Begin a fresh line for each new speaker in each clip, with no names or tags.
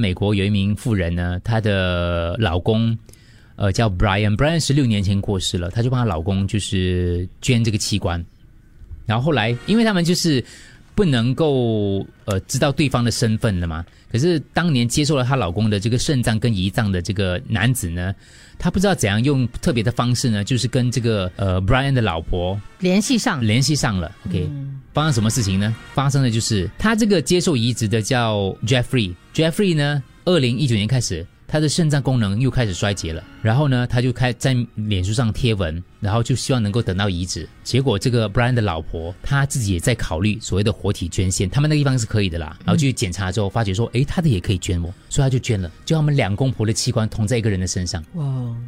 美国有一名妇人呢，她的老公呃叫 Brian，Brian 十六年前过世了，她就帮她老公就是捐这个器官，然后后来因为他们就是不能够呃知道对方的身份了嘛，可是当年接受了她老公的这个肾脏跟胰脏的这个男子呢，他不知道怎样用特别的方式呢，就是跟这个呃 Brian 的老婆
联系上，嗯
联系上了，OK。发生什么事情呢？发生的就是他这个接受移植的叫 Jeffrey，Jeffrey 呢，二零一九年开始，他的肾脏功能又开始衰竭了。然后呢，他就开在脸书上贴文，然后就希望能够等到移植。结果这个 Brian 的老婆，她自己也在考虑所谓的活体捐献，他们那个地方是可以的啦。然后去检查之后，发觉说，诶，他的也可以捐哦，所以他就捐了，就他们两公婆的器官同在一个人的身上，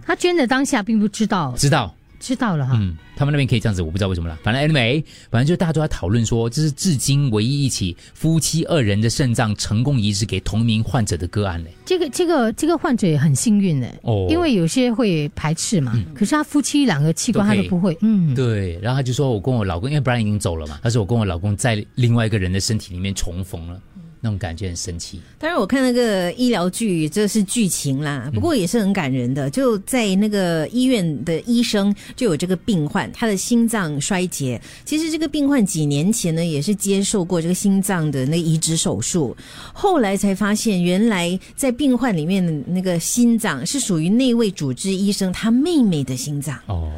他捐的当下并不知道，
知道。
知道了哈。
嗯，他们那边可以这样子，我不知道为什么啦。反正 anyway，反正就大家都在讨论说，这是至今唯一一起夫妻二人的肾脏成功移植给同名患者的个案嘞。
这个这个这个患者也很幸运呢，
哦嗯
因为有些会排斥嘛，可是他夫妻两个器官他
都可以
都不会，嗯，
对，然后他就说我跟我老公，因为 Brian 已经走了嘛，他说我跟我老公在另外一个人的身体里面重逢了，那种感觉很神奇。
当然，我看那个医疗剧，这是剧情啦，不过也是很感人的。就在那个医院的医生就有这个病患，他的心脏衰竭。其实这个病患几年前呢，也是接受过这个心脏的那个移植手术，后来才发现，原来在病患里面的那个心脏是属于那位主治医生他妹妹的心脏。
哦，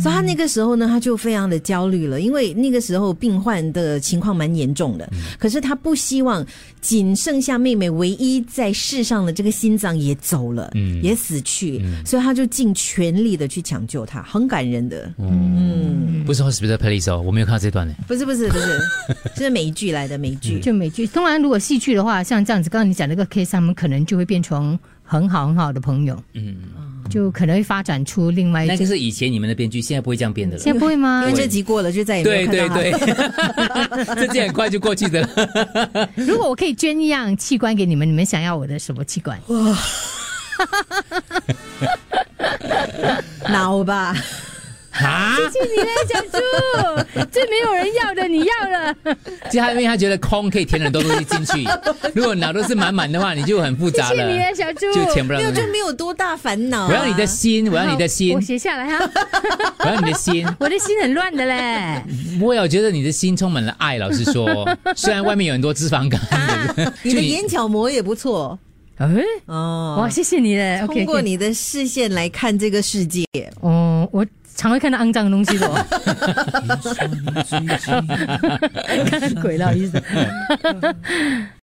所以他那个时候呢，他就非常的焦虑了，因为那个时候病患的情况蛮严重
嗯
的。可是他不希望仅剩下妹妹唯一在世上的这个心脏也走了，
嗯
也死去，所以他就尽全力的去抢救他，很感人的。
嗯不是 Hospital Police 哦，我没有看到这段嘞。
不是不是不 是，这是美剧来的美剧。
就美剧。通常如果戏剧的话，像这样子，刚刚你讲那个 case，他们可能就会变成很好很好的朋友，嗯，就可能会发展出另外一
那
种
个。是以前你们的编剧，现在不会这样编的了。
哎现在不会吗
因 为？这集过了，就再也没
对
有
嗯
看到
对
他。
对， 这件很快就过去的了。
如果我可以捐一样器官给你们，你们想要我的什么器官？
脑吧，
啊，
谢谢你了，小猪，最没有人要的你要了。
就他因为他觉得空可以填很多东西进去，如果脑都是满满的话，你就很复杂
谢谢你
了
了，，小猪。
就填不了
没有
那
就
个。
没有多大烦恼、啊。
我要你的心，我要你的心
我，写下来哈、
我要你的心。
我的心很乱的嘞。
我有觉得你的心充满了爱。老实说，虽然外面有很多脂肪肝，可是
你的眼角膜也不错
哎，
哦。
哇，谢谢你嘞。
通
OK，
过你的视线来看这个世界，
哦，我常会看到肮脏的东西的、 哦。看鬼了，意思。